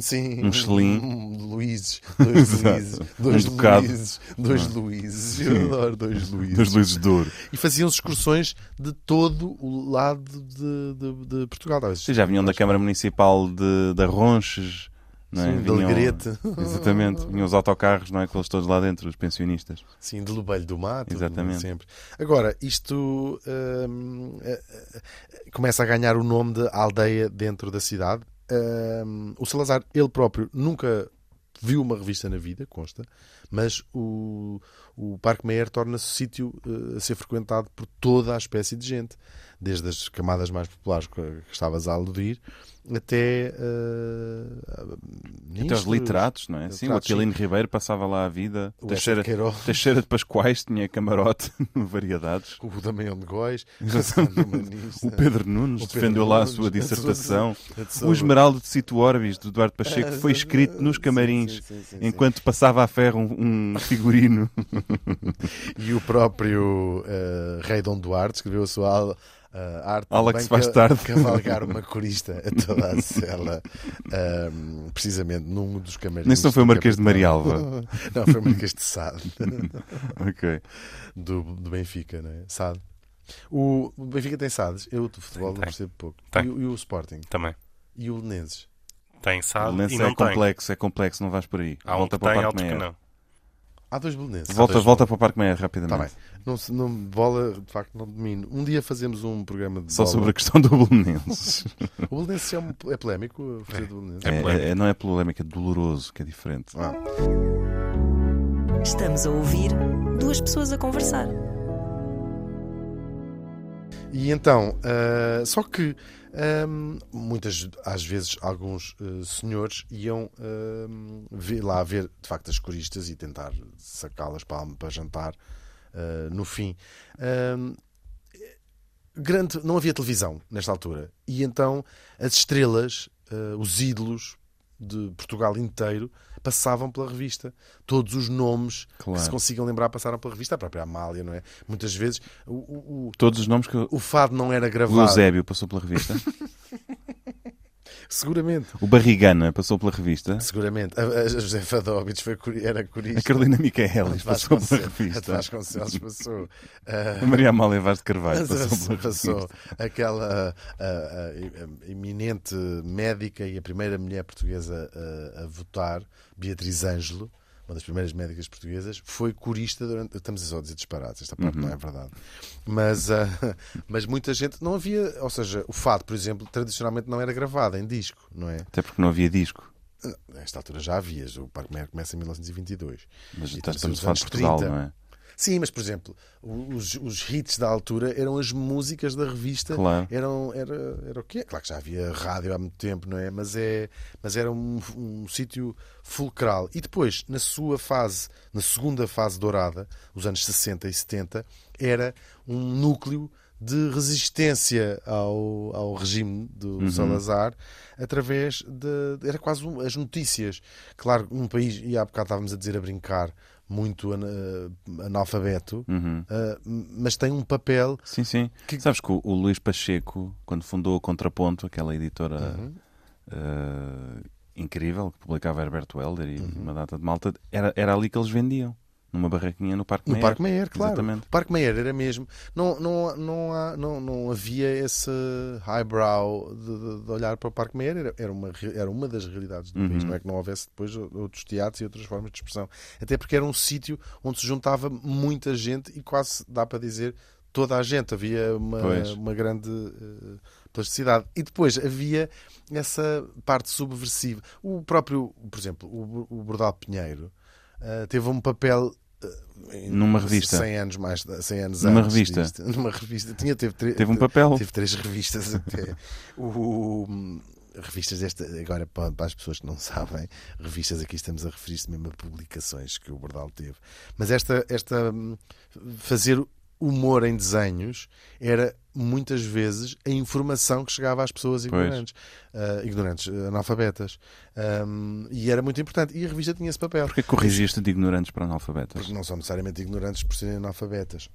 [SPEAKER 1] Sim.
[SPEAKER 2] Um selim.
[SPEAKER 1] Um Luíses. Dois
[SPEAKER 2] Exato.
[SPEAKER 1] Luíses. Dois
[SPEAKER 2] Um ducado.
[SPEAKER 1] Luíses. Dois Luíses. Eu adoro dois Luíses.
[SPEAKER 2] Dos luzes de ouro.
[SPEAKER 1] E faziam-se excursões de todo o lado de, de- de Portugal. Talvez.
[SPEAKER 2] Vocês já vinham da Câmara Municipal de, de Arronches, não é?
[SPEAKER 1] Sim, de
[SPEAKER 2] Vinham-
[SPEAKER 1] Alegrete.
[SPEAKER 2] Exatamente. Vinham os autocarros, não é? Aqueles todos lá dentro, os pensionistas.
[SPEAKER 1] Sim, de Lubelho do Mato. é?
[SPEAKER 2] Exatamente.
[SPEAKER 1] Sempre. Agora, isto hum, eh, eh, começa a ganhar o nome de aldeia dentro da cidade. Hum, o Salazar, ele próprio, nunca viu uma revista na vida, consta, mas o, o Parque Meyer torna-se um sítio eh, a ser frequentado por toda a espécie de gente, desde as camadas mais populares que, que estavas a aludir, até... Uh,
[SPEAKER 2] Até os literatos, não é? Sim, o
[SPEAKER 1] Literatos,
[SPEAKER 2] Aquilino Ribeiro passava lá a vida.
[SPEAKER 1] O
[SPEAKER 2] Teixeira,
[SPEAKER 1] Edson Queiroz.
[SPEAKER 2] Teixeira de Pascoais tinha camarote no Variedades.
[SPEAKER 1] O Damião de Góis,
[SPEAKER 2] O Pedro Nunes
[SPEAKER 1] É. O Pedro
[SPEAKER 2] defendeu lá a
[SPEAKER 1] Nunes, é
[SPEAKER 2] sua
[SPEAKER 1] a sua-
[SPEAKER 2] dissertação.
[SPEAKER 1] a sua-
[SPEAKER 2] O Esmeralda de Sito Orbis, do Eduardo Pacheco, foi escrito nos camarins
[SPEAKER 1] É, Sim, sim, sim, sim, sim.
[SPEAKER 2] enquanto passava a ferro um um figurino.
[SPEAKER 1] E o próprio eh, Rei Dom Duarte escreveu a sua al- eh, arte
[SPEAKER 2] Ala
[SPEAKER 1] de
[SPEAKER 2] que
[SPEAKER 1] bem
[SPEAKER 2] se faz tarde.
[SPEAKER 1] cavalgar uma corista a toda a cela, ehm, precisamente num dos camarins.
[SPEAKER 2] Nem se não foi o
[SPEAKER 1] do
[SPEAKER 2] Marquês de Marialva.
[SPEAKER 1] Capitão. Não, foi o Marquês de Sade,
[SPEAKER 2] ok.
[SPEAKER 1] do, do Benfica, não é? Sade. O, o Benfica tem Sades, eu do futebol não
[SPEAKER 3] Tem.
[SPEAKER 1] percebo pouco.
[SPEAKER 3] Tem.
[SPEAKER 1] E, o- e o Sporting?
[SPEAKER 3] Também.
[SPEAKER 1] E o Lenses?
[SPEAKER 3] Tem
[SPEAKER 2] O
[SPEAKER 3] SAD
[SPEAKER 2] lance
[SPEAKER 3] Tá? e
[SPEAKER 2] é
[SPEAKER 3] não tem.
[SPEAKER 2] complexo, é complexo, não vais por aí.
[SPEAKER 3] Há um
[SPEAKER 2] volta
[SPEAKER 3] que
[SPEAKER 2] para
[SPEAKER 3] tem,
[SPEAKER 2] o Parque
[SPEAKER 3] outros que
[SPEAKER 2] Meyer.
[SPEAKER 3] não.
[SPEAKER 1] Há dois Belenenses. Há
[SPEAKER 2] Volta,
[SPEAKER 1] dois
[SPEAKER 2] volta para o Parque Meyer
[SPEAKER 1] Está
[SPEAKER 2] rapidamente.
[SPEAKER 1] Tá bem. Não, se- não, bola, de facto, não domino. Um dia fazemos um programa de
[SPEAKER 2] Só
[SPEAKER 1] bola.
[SPEAKER 2] sobre a questão do Belenenses.
[SPEAKER 1] O Belenenses é, um, é polémico? a fazer do Belenenses?
[SPEAKER 3] É polémico.
[SPEAKER 2] É- é- não é polémica, é doloroso, que é diferente.
[SPEAKER 1] Ah.
[SPEAKER 4] Estamos a ouvir duas pessoas a conversar.
[SPEAKER 1] E então, ah, só que ahm, muitas, às vezes, alguns ah, senhores iam ahm, ver- lá ver, de facto, as coristas e tentar sacá-las para, para jantar ah, no fim. Ahm, grande, não havia televisão nesta altura. E então as estrelas, ah, os ídolos de Portugal inteiro passavam pela revista. Todos os nomes
[SPEAKER 2] Claro.
[SPEAKER 1] que se consigam lembrar passaram pela revista. A própria Amália, não é? Muitas vezes o- o- o,
[SPEAKER 2] Todos os nomes que o
[SPEAKER 1] o fado não era gravado.
[SPEAKER 2] Eusébio passou pela revista,
[SPEAKER 1] Seguramente.
[SPEAKER 2] o Barrigana passou pela revista,
[SPEAKER 1] Seguramente. A, a a Josefa Dobbins foi, curi- era
[SPEAKER 2] a
[SPEAKER 1] corista.
[SPEAKER 2] Carolina Micaelis passou pela
[SPEAKER 1] Vasconcelos- a de
[SPEAKER 2] revista,
[SPEAKER 1] Vasconcelos passou. Ah,
[SPEAKER 2] a Maria Amália Vaz de Carvalho passou
[SPEAKER 1] Passou,
[SPEAKER 2] pela revista.
[SPEAKER 1] passou aquela ah, a- a- a eminente médica e a primeira mulher portuguesa ah, a, a votar, Beatriz Ângelo, uma das primeiras médicas portuguesas, foi corista durante. Estamos só a dizer disparates, esta parte
[SPEAKER 2] Uhum.
[SPEAKER 1] não é verdade. Mas, ah, mas muita gente não havia. Ou seja, o fado, por exemplo, tradicionalmente não era gravado em disco, não é?
[SPEAKER 2] Até porque não havia disco.
[SPEAKER 1] Nesta altura já havias, o Parque Meyer começa em 1922.
[SPEAKER 2] Mas
[SPEAKER 1] E
[SPEAKER 2] estás- estamos
[SPEAKER 1] nos
[SPEAKER 2] a falar de
[SPEAKER 1] anos
[SPEAKER 2] Portugal,
[SPEAKER 1] 30.
[SPEAKER 2] não é?
[SPEAKER 1] Sim, mas por exemplo, os, os hits da altura eram as músicas da revista.
[SPEAKER 2] Claro.
[SPEAKER 1] Eram, era, era o quê? Claro que já havia rádio há muito tempo, não é? Mas, é, mas era um, um sítio fulcral. E depois, na sua fase, na segunda fase dourada, os anos 60 e 70, era um núcleo de resistência ao, ao regime do Salazar através de. Era quase um- as notícias. Claro, um país, e há bocado estávamos a dizer a brincar, muito ana- eh, analfabeto, ah, mas tem um papel
[SPEAKER 2] Sim, sim.
[SPEAKER 1] Que-
[SPEAKER 2] Sabes que o, o Luís Pacheco, quando fundou a Contraponto, aquela editora eh, incrível que publicava Herberto Helder e uma data de malta, era, era ali que eles vendiam, numa barraquinha no Parque
[SPEAKER 1] No
[SPEAKER 2] Meyer.
[SPEAKER 1] Parque Meyer, claro.
[SPEAKER 2] Exatamente.
[SPEAKER 1] O Parque Meyer era mesmo. Não, não, não, há- não, não havia esse highbrow de, de- de olhar para o Parque Meyer. Era, era uma, re- era uma das realidades do
[SPEAKER 2] Uhum.
[SPEAKER 1] país. Não é que não houvesse depois outros teatros e outras formas de expressão. Até porque era um sítio onde se juntava muita gente e quase dá para dizer toda a gente. Havia uma,
[SPEAKER 2] Pois.
[SPEAKER 1] uma grande eh, plasticidade. E depois havia essa parte subversiva. O próprio, por exemplo, o, o Bordal Pinheiro eh, teve um papel eh, em-
[SPEAKER 2] Numa revista.
[SPEAKER 1] 100 anos mais 100 anos
[SPEAKER 2] Numa
[SPEAKER 1] antes
[SPEAKER 2] revista.
[SPEAKER 1] disto. numa revista tinha teve tre-
[SPEAKER 2] Teve um papel.
[SPEAKER 1] teve três revistas até o hum, revistas desta agora para, para as pessoas que não sabem revistas aqui estamos a referir-se mesmo a publicações que o Bordal teve mas esta esta hum, fazer humor em desenhos era muitas vezes a informação que chegava às pessoas
[SPEAKER 2] Pois.
[SPEAKER 1] ignorantes ah, ignorantes eh, analfabetas Hum, e era muito importante e a revista tinha esse papel
[SPEAKER 2] Porquê que corrigiste de ignorantes para analfabetas?
[SPEAKER 1] porque não são necessariamente ignorantes por serem analfabetas.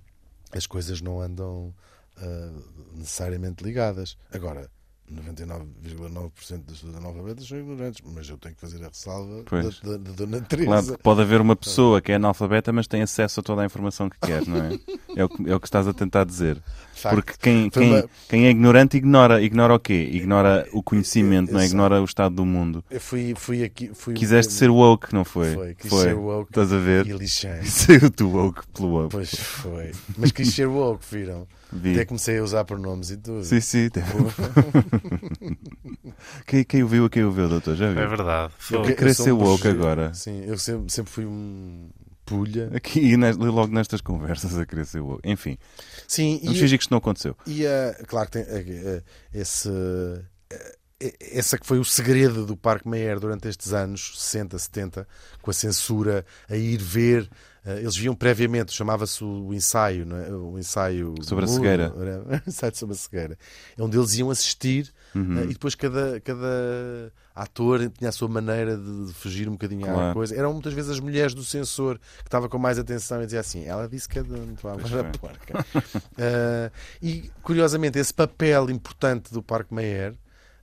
[SPEAKER 1] as coisas não andam ah, necessariamente ligadas. Agora, 99,9% das pessoas analfabetas são ignorantes, mas eu tenho que fazer a ressalva
[SPEAKER 2] Pois.
[SPEAKER 1] da, da, da Dona Teresa.
[SPEAKER 2] Claro que pode haver uma pessoa que é analfabeta, mas tem acesso a toda a informação que quer, não é? É o que, é o que estás a tentar dizer.
[SPEAKER 1] Facto.
[SPEAKER 2] Porque quem,
[SPEAKER 1] Tá. Foi
[SPEAKER 2] quem,
[SPEAKER 1] uma-
[SPEAKER 2] quem é ignorante ignora. Ignora o quê? Ignora o conhecimento, não é?
[SPEAKER 1] Exato.
[SPEAKER 2] Ignora o estado do mundo.
[SPEAKER 1] Eu fui, fui aqui. Fui
[SPEAKER 2] Quiseste ser woke, não foi?
[SPEAKER 1] Foi, quis ser woke
[SPEAKER 2] Estás a ver?
[SPEAKER 1] E lixei.
[SPEAKER 2] Saiu-te o woke pelo woke.
[SPEAKER 1] Pois foi. Mas quis ser woke, viram?
[SPEAKER 2] Vi.
[SPEAKER 1] Até comecei a usar pronomes e tudo.
[SPEAKER 2] Sim, sim. teve- quem, quem o viu, quem o viu, doutor? Já
[SPEAKER 3] É
[SPEAKER 2] viu?
[SPEAKER 3] verdade.
[SPEAKER 1] Eu-
[SPEAKER 3] Fogo.
[SPEAKER 1] eu
[SPEAKER 2] querer
[SPEAKER 1] sou
[SPEAKER 2] ser
[SPEAKER 1] um
[SPEAKER 2] woke
[SPEAKER 1] bucheiro.
[SPEAKER 2] agora. É
[SPEAKER 1] Sim, eu sempre, sempre fui um pulha.
[SPEAKER 2] Aqui, nas- logo nestas conversas, a querer ser woke. Enfim,
[SPEAKER 1] Sim,
[SPEAKER 2] vamos
[SPEAKER 1] e,
[SPEAKER 2] fingir que isto não aconteceu.
[SPEAKER 1] e a, claro que tem a- a- esse. a- essa que foi o segredo do Parque Meyer durante estes anos 60, 70, com a censura a ir ver. eh, Eles viam previamente, chamava-se o ensaio, não é? o ensaio
[SPEAKER 2] Sobre a
[SPEAKER 1] mudo,
[SPEAKER 2] cegueira.
[SPEAKER 1] era- ensaio sobre a cegueira, é onde eles iam assistir
[SPEAKER 2] Uhum.
[SPEAKER 1] eh, e depois cada, cada ator tinha a sua maneira de fugir um bocadinho à
[SPEAKER 2] Claro.
[SPEAKER 1] coisa. Eram muitas vezes as mulheres do censor que estava com mais atenção e dizia assim: ela disse que é de muito agora
[SPEAKER 2] foi.
[SPEAKER 1] porca. Eh, e curiosamente, esse papel importante do Parque Meyer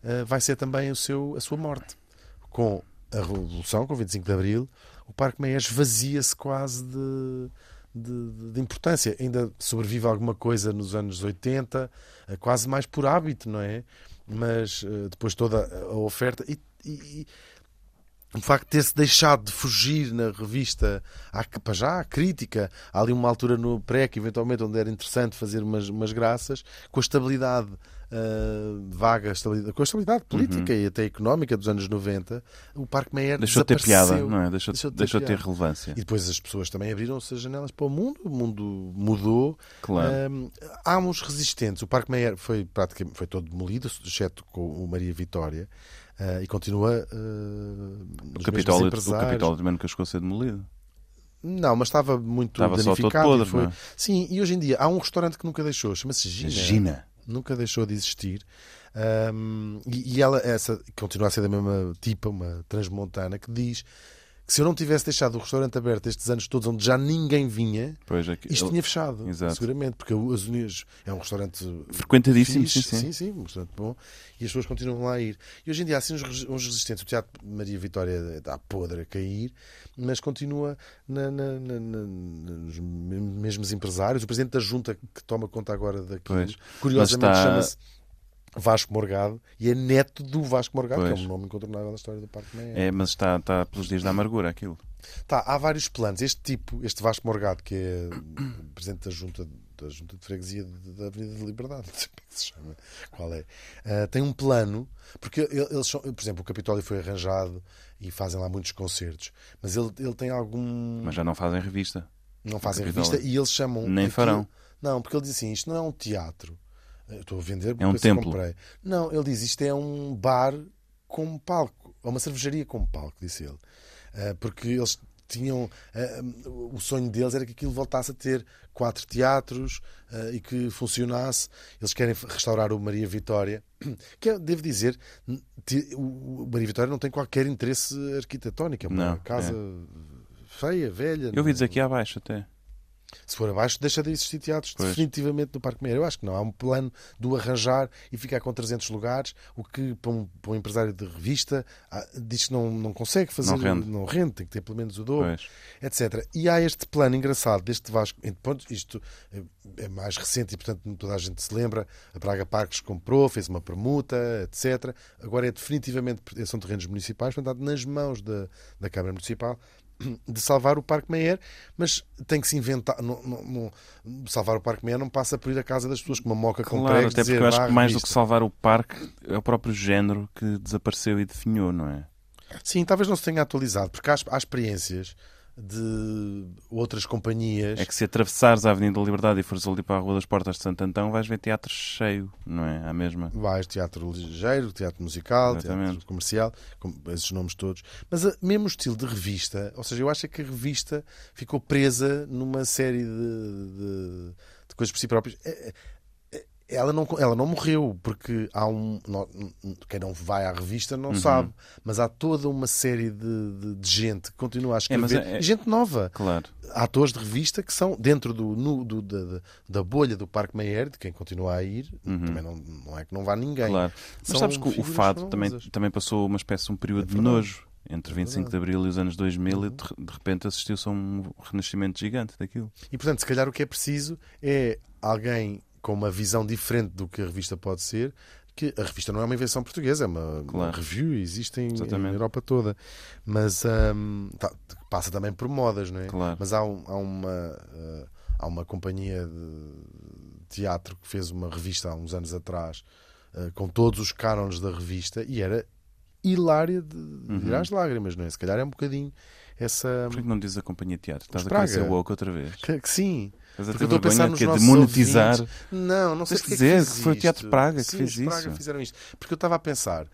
[SPEAKER 1] eh, vai ser também o seu, a sua morte. Com a Revolução, com o 25 de Abril, o Parque Meyer esvazia-se quase de, de- de- de importância. Ainda sobrevive alguma coisa nos anos 80, eh, quase mais por hábito, não é? Mas eh, depois toda a oferta. E, e- e o facto de ter-se deixado de fugir na revista, à, para já, à crítica, há ali uma altura no pré que eventualmente onde era interessante fazer umas, umas graças, com a estabilidade eh, vaga, estabilidade, com a estabilidade política e até económica dos anos 90, o Parque Meyer
[SPEAKER 2] Uhum. Deixou de ter piada,
[SPEAKER 1] desapareceu.
[SPEAKER 2] não é? Deixou, deixou, de ter
[SPEAKER 1] piada.
[SPEAKER 2] relevância.
[SPEAKER 1] E depois as pessoas também abriram-se as janelas para o mundo, o mundo mudou.
[SPEAKER 2] Claro.
[SPEAKER 1] Hum, há uns resistentes. O Parque Meyer foi praticamente foi todo demolido, exceto com o Maria Vitória, ah, e continua.
[SPEAKER 2] O Capitólio, o Capitólio também nunca chegou a ser é demolido.
[SPEAKER 1] Não, mas estava muito
[SPEAKER 2] Estava só todo
[SPEAKER 1] danificado. e
[SPEAKER 2] podre,
[SPEAKER 1] foi-
[SPEAKER 2] não é?
[SPEAKER 1] Sim, e hoje em dia há um restaurante que nunca deixou, chama-se Gina.
[SPEAKER 2] Gina.
[SPEAKER 1] Nunca deixou de existir. Hum, e, e ela essa, continua a ser da mesma tipa, uma transmontana, que diz que se eu não tivesse deixado o restaurante aberto estes anos todos, onde já ninguém vinha,
[SPEAKER 2] Pois é que
[SPEAKER 1] isto
[SPEAKER 2] ele-
[SPEAKER 1] tinha fechado,
[SPEAKER 2] Exato.
[SPEAKER 1] seguramente, porque o- as Unias é um restaurante
[SPEAKER 2] Frequentadíssimo,
[SPEAKER 1] fixe,
[SPEAKER 2] sim, sim.
[SPEAKER 1] sim, um restaurante bom, e as pessoas continuam lá a ir. E hoje em dia há assim uns, res- uns resistentes. O Teatro Maria Vitória está podre a cair, mas continua na- na- na- na- nos me- mesmos empresários. O presidente da junta que toma conta agora daquilo,
[SPEAKER 2] Pois.
[SPEAKER 1] curiosamente
[SPEAKER 2] Mas está-
[SPEAKER 1] chama-se Vasco Morgado e é neto do Vasco Morgado, que é
[SPEAKER 2] Pois.
[SPEAKER 1] um nome incontornável na história do Parque Meia.
[SPEAKER 2] É, mas está, está pelos dias da amargura aquilo.
[SPEAKER 1] Tá, há vários planos. Este tipo, este Vasco Morgado, que é o presidente da Junta, da junta de Freguesia de- da Avenida de Liberdade, não sei como é que se chama, qual é, ah, tem um plano, porque ele- eles são, por exemplo, o Capitólio foi arranjado e fazem lá muitos concertos, mas ele, ele tem algum.
[SPEAKER 2] Mas já não fazem revista.
[SPEAKER 1] não fazem
[SPEAKER 2] Capitólio.
[SPEAKER 1] revista e eles chamam.
[SPEAKER 2] Nem farão.
[SPEAKER 1] Não, porque ele diz assim: isto não é um teatro. Eu estou a vender porque
[SPEAKER 2] É um
[SPEAKER 1] eu
[SPEAKER 2] templo.
[SPEAKER 1] comprei. Não, ele diz: isto é um bar como palco, ou uma cervejaria como palco, disse ele. Ah, porque eles tinham. ah, um, o sonho deles era que aquilo voltasse a ter quatro teatros ah, e que funcionasse. Eles querem restaurar o Maria Vitória, que é, devo dizer, ti- o o Maria Vitória não tem qualquer interesse arquitetónico. É uma
[SPEAKER 2] Não, é.
[SPEAKER 1] casa feia, velha.
[SPEAKER 2] Eu ouvi
[SPEAKER 1] não-
[SPEAKER 2] dizer que há abaixo até.
[SPEAKER 1] se for abaixo, deixa de existir teatros
[SPEAKER 2] Pois.
[SPEAKER 1] definitivamente no Parque Meira. Eu acho que não. Há um plano do arranjar e ficar com 300 lugares, o que para um, para um empresário de revista ah, diz que não, não consegue fazer,
[SPEAKER 2] Não rende.
[SPEAKER 1] rende, tem que ter pelo menos o dobro,
[SPEAKER 2] Pois.
[SPEAKER 1] etc. E há este plano engraçado deste Vasco. e, Pronto, isto eh, é mais recente e, portanto, toda a gente se lembra. A Braga Parques comprou, fez uma permuta, etc. Agora é definitivamente, são terrenos municipais, portanto, está nas mãos da, da Câmara Municipal de salvar o Parque Meyer, mas tem que se inventar. Não, não- não- salvar o Parque Meyer não passa por ir à casa das pessoas com uma moca com
[SPEAKER 2] Claro,
[SPEAKER 1] pregos,
[SPEAKER 2] até
[SPEAKER 1] dizer,
[SPEAKER 2] porque eu acho
[SPEAKER 1] "Vá à
[SPEAKER 2] que mais do que
[SPEAKER 1] revista."
[SPEAKER 2] salvar o parque é o próprio género que desapareceu e definhou, não é?
[SPEAKER 1] Sim, talvez não se tenha atualizado, porque há, há experiências de outras companhias.
[SPEAKER 2] É que se atravessares a Avenida da Liberdade e fores ali para a Rua das Portas de Santo Antão, vais ver teatro cheio, não é? A mesma.
[SPEAKER 1] Vais teatro ligeiro, teatro musical, teatro
[SPEAKER 2] Exatamente.
[SPEAKER 1] comercial, com esses nomes todos. Mas a, mesmo estilo de revista, ou seja, eu acho é que a revista ficou presa numa série de, de- de coisas por si próprias. É- é- ela não, ela não morreu, porque há um. não- quem não vai à revista
[SPEAKER 2] Uhum.
[SPEAKER 1] não sabe, mas há toda uma série de, de- de gente que continua a
[SPEAKER 2] mas
[SPEAKER 1] escrever.
[SPEAKER 2] é- é-
[SPEAKER 1] Gente nova.
[SPEAKER 2] Claro.
[SPEAKER 1] Há atores de revista que são dentro do, nu- do- da, da- da bolha do Parque Meyer, de quem continua a ir, também não, não é que não vá ninguém.
[SPEAKER 2] Claro. Mas
[SPEAKER 1] São
[SPEAKER 2] sabes que o- o
[SPEAKER 1] figuras
[SPEAKER 2] fado também,
[SPEAKER 1] famosas. É
[SPEAKER 2] também passou uma espécie de um período de nojo entre 25 de Abril e os anos 2000 e
[SPEAKER 1] Uhum.
[SPEAKER 2] de, de repente assistiu-se a um renascimento gigante daquilo.
[SPEAKER 1] E portanto, se calhar o que é preciso é alguém com uma visão diferente do que a revista pode ser, que a revista não é uma invenção portuguesa, é uma, uma
[SPEAKER 2] Claro.
[SPEAKER 1] review, existe em,
[SPEAKER 2] Exatamente.
[SPEAKER 1] na Europa toda. Mas hum, tá- passa também por modas, não é?
[SPEAKER 2] Claro.
[SPEAKER 1] Mas há, um- há uma. ah, Há uma companhia de teatro que fez uma revista há uns anos atrás ah, com todos os cânones da revista e era hilária de, de ir às lágrimas, não é? Se calhar é um bocadinho essa.
[SPEAKER 2] Uhum.
[SPEAKER 1] hum,
[SPEAKER 2] Por que não dizes a companhia de teatro? Estás
[SPEAKER 1] Os
[SPEAKER 2] a querer ser
[SPEAKER 1] Praga.
[SPEAKER 2] woke outra vez?
[SPEAKER 1] Que, que sim.
[SPEAKER 2] Estás a
[SPEAKER 1] Porque
[SPEAKER 2] ter
[SPEAKER 1] eu estou a pensar
[SPEAKER 2] vergonha é de
[SPEAKER 1] nos
[SPEAKER 2] quê?
[SPEAKER 1] nossos
[SPEAKER 2] de monetizar.
[SPEAKER 1] ouvintes. Não, não sei
[SPEAKER 2] Tens
[SPEAKER 1] porque é que
[SPEAKER 2] que dizer
[SPEAKER 1] fiz
[SPEAKER 2] que foi o Teatro
[SPEAKER 1] isto.
[SPEAKER 2] Praga que
[SPEAKER 1] Sim,
[SPEAKER 2] fez
[SPEAKER 1] os Praga
[SPEAKER 2] isso.
[SPEAKER 1] fizeram isto. Porque eu estava a pensar.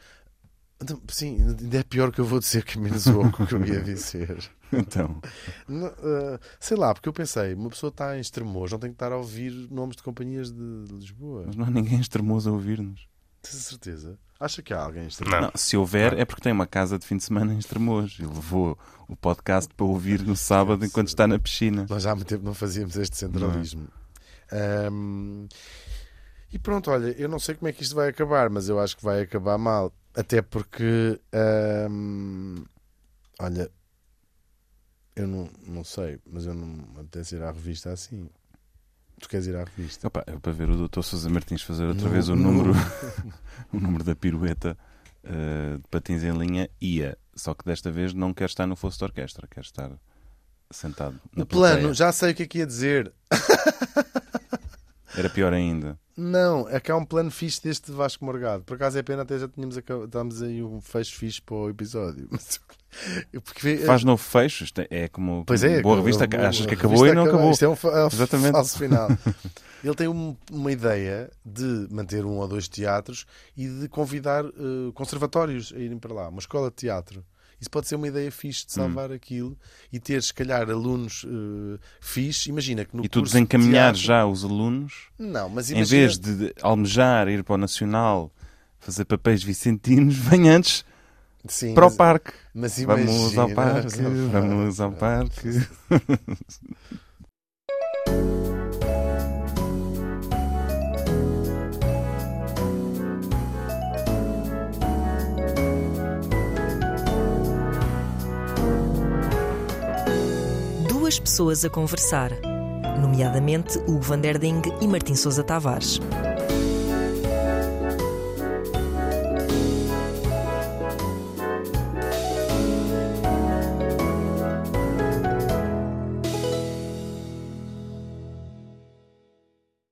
[SPEAKER 1] então, Sim, ainda é pior que eu vou dizer que é menos louco que eu ia dizer.
[SPEAKER 2] Então,
[SPEAKER 1] Não, ah, sei lá, porque eu pensei, uma pessoa está em extremoz, não tem que estar a ouvir nomes de companhias de de Lisboa.
[SPEAKER 2] mas não há ninguém extremoso a ouvir-nos.
[SPEAKER 1] Tens a certeza? Acha que há alguém em extremoz?
[SPEAKER 3] Não.
[SPEAKER 2] Não, se houver,
[SPEAKER 1] Ah.
[SPEAKER 2] é porque tem uma casa de fim de semana em Estremoz e levou o podcast para ouvir no sábado enquanto está na piscina.
[SPEAKER 1] Nós já há muito tempo não fazíamos este centralismo. Ahm, e pronto, olha, eu não sei como é que isto vai acabar, mas eu acho que vai acabar mal. Até porque, ahm, olha, eu não, não sei, mas eu não me apetece ir à revista assim. Tu queres ir à revista?
[SPEAKER 2] Opa, é para ver o Dr. Sousa Martins fazer outra
[SPEAKER 1] No-
[SPEAKER 2] vez o
[SPEAKER 1] no-
[SPEAKER 2] número, o número da pirueta eh, de patins em linha, ia. Só que desta vez não quer estar no fosso de orquestra, quer estar sentado na
[SPEAKER 1] o plano,
[SPEAKER 2] plateia.
[SPEAKER 1] já sei o que é que ia dizer.
[SPEAKER 2] Era pior ainda.
[SPEAKER 1] Não, é que há um plano fixe deste Vasco Morgado. Por acaso é pena, até já tínhamos acab- estávamos aí um fecho fixe para o episódio. Mas- Porque,
[SPEAKER 2] Faz novo fecho, isto é- é como
[SPEAKER 1] Eh, Pois é,
[SPEAKER 2] boa
[SPEAKER 1] que-
[SPEAKER 2] revista,
[SPEAKER 1] boa-
[SPEAKER 2] achas que
[SPEAKER 1] a
[SPEAKER 2] acabou e
[SPEAKER 1] revista
[SPEAKER 2] não acabou.
[SPEAKER 1] Isto é um fa-
[SPEAKER 2] Exatamente.
[SPEAKER 1] falso final. Ele tem um- uma ideia de manter um ou dois teatros e de convidar eh, conservatórios a irem para lá, uma escola de teatro. Isso pode ser uma ideia fixe
[SPEAKER 2] Hum.
[SPEAKER 1] de salvar aquilo e ter, se calhar, alunos eh, fixe. Imagina que no
[SPEAKER 2] E tu
[SPEAKER 1] um curso de
[SPEAKER 2] desencaminhar
[SPEAKER 1] teatro-
[SPEAKER 2] já os alunos
[SPEAKER 1] Não, mas
[SPEAKER 2] em
[SPEAKER 1] imagina...
[SPEAKER 2] vez de de almejar ir para o Nacional fazer papéis vicentinos, venha antes
[SPEAKER 1] Sim,
[SPEAKER 2] para o
[SPEAKER 1] mas-
[SPEAKER 2] parque.
[SPEAKER 1] mas
[SPEAKER 2] Vamos ao
[SPEAKER 1] imagina-
[SPEAKER 2] parque, vamos ao parque.
[SPEAKER 4] Duas pessoas a conversar, nomeadamente Hugo Van Der Ding e Martim Sousa Tavares.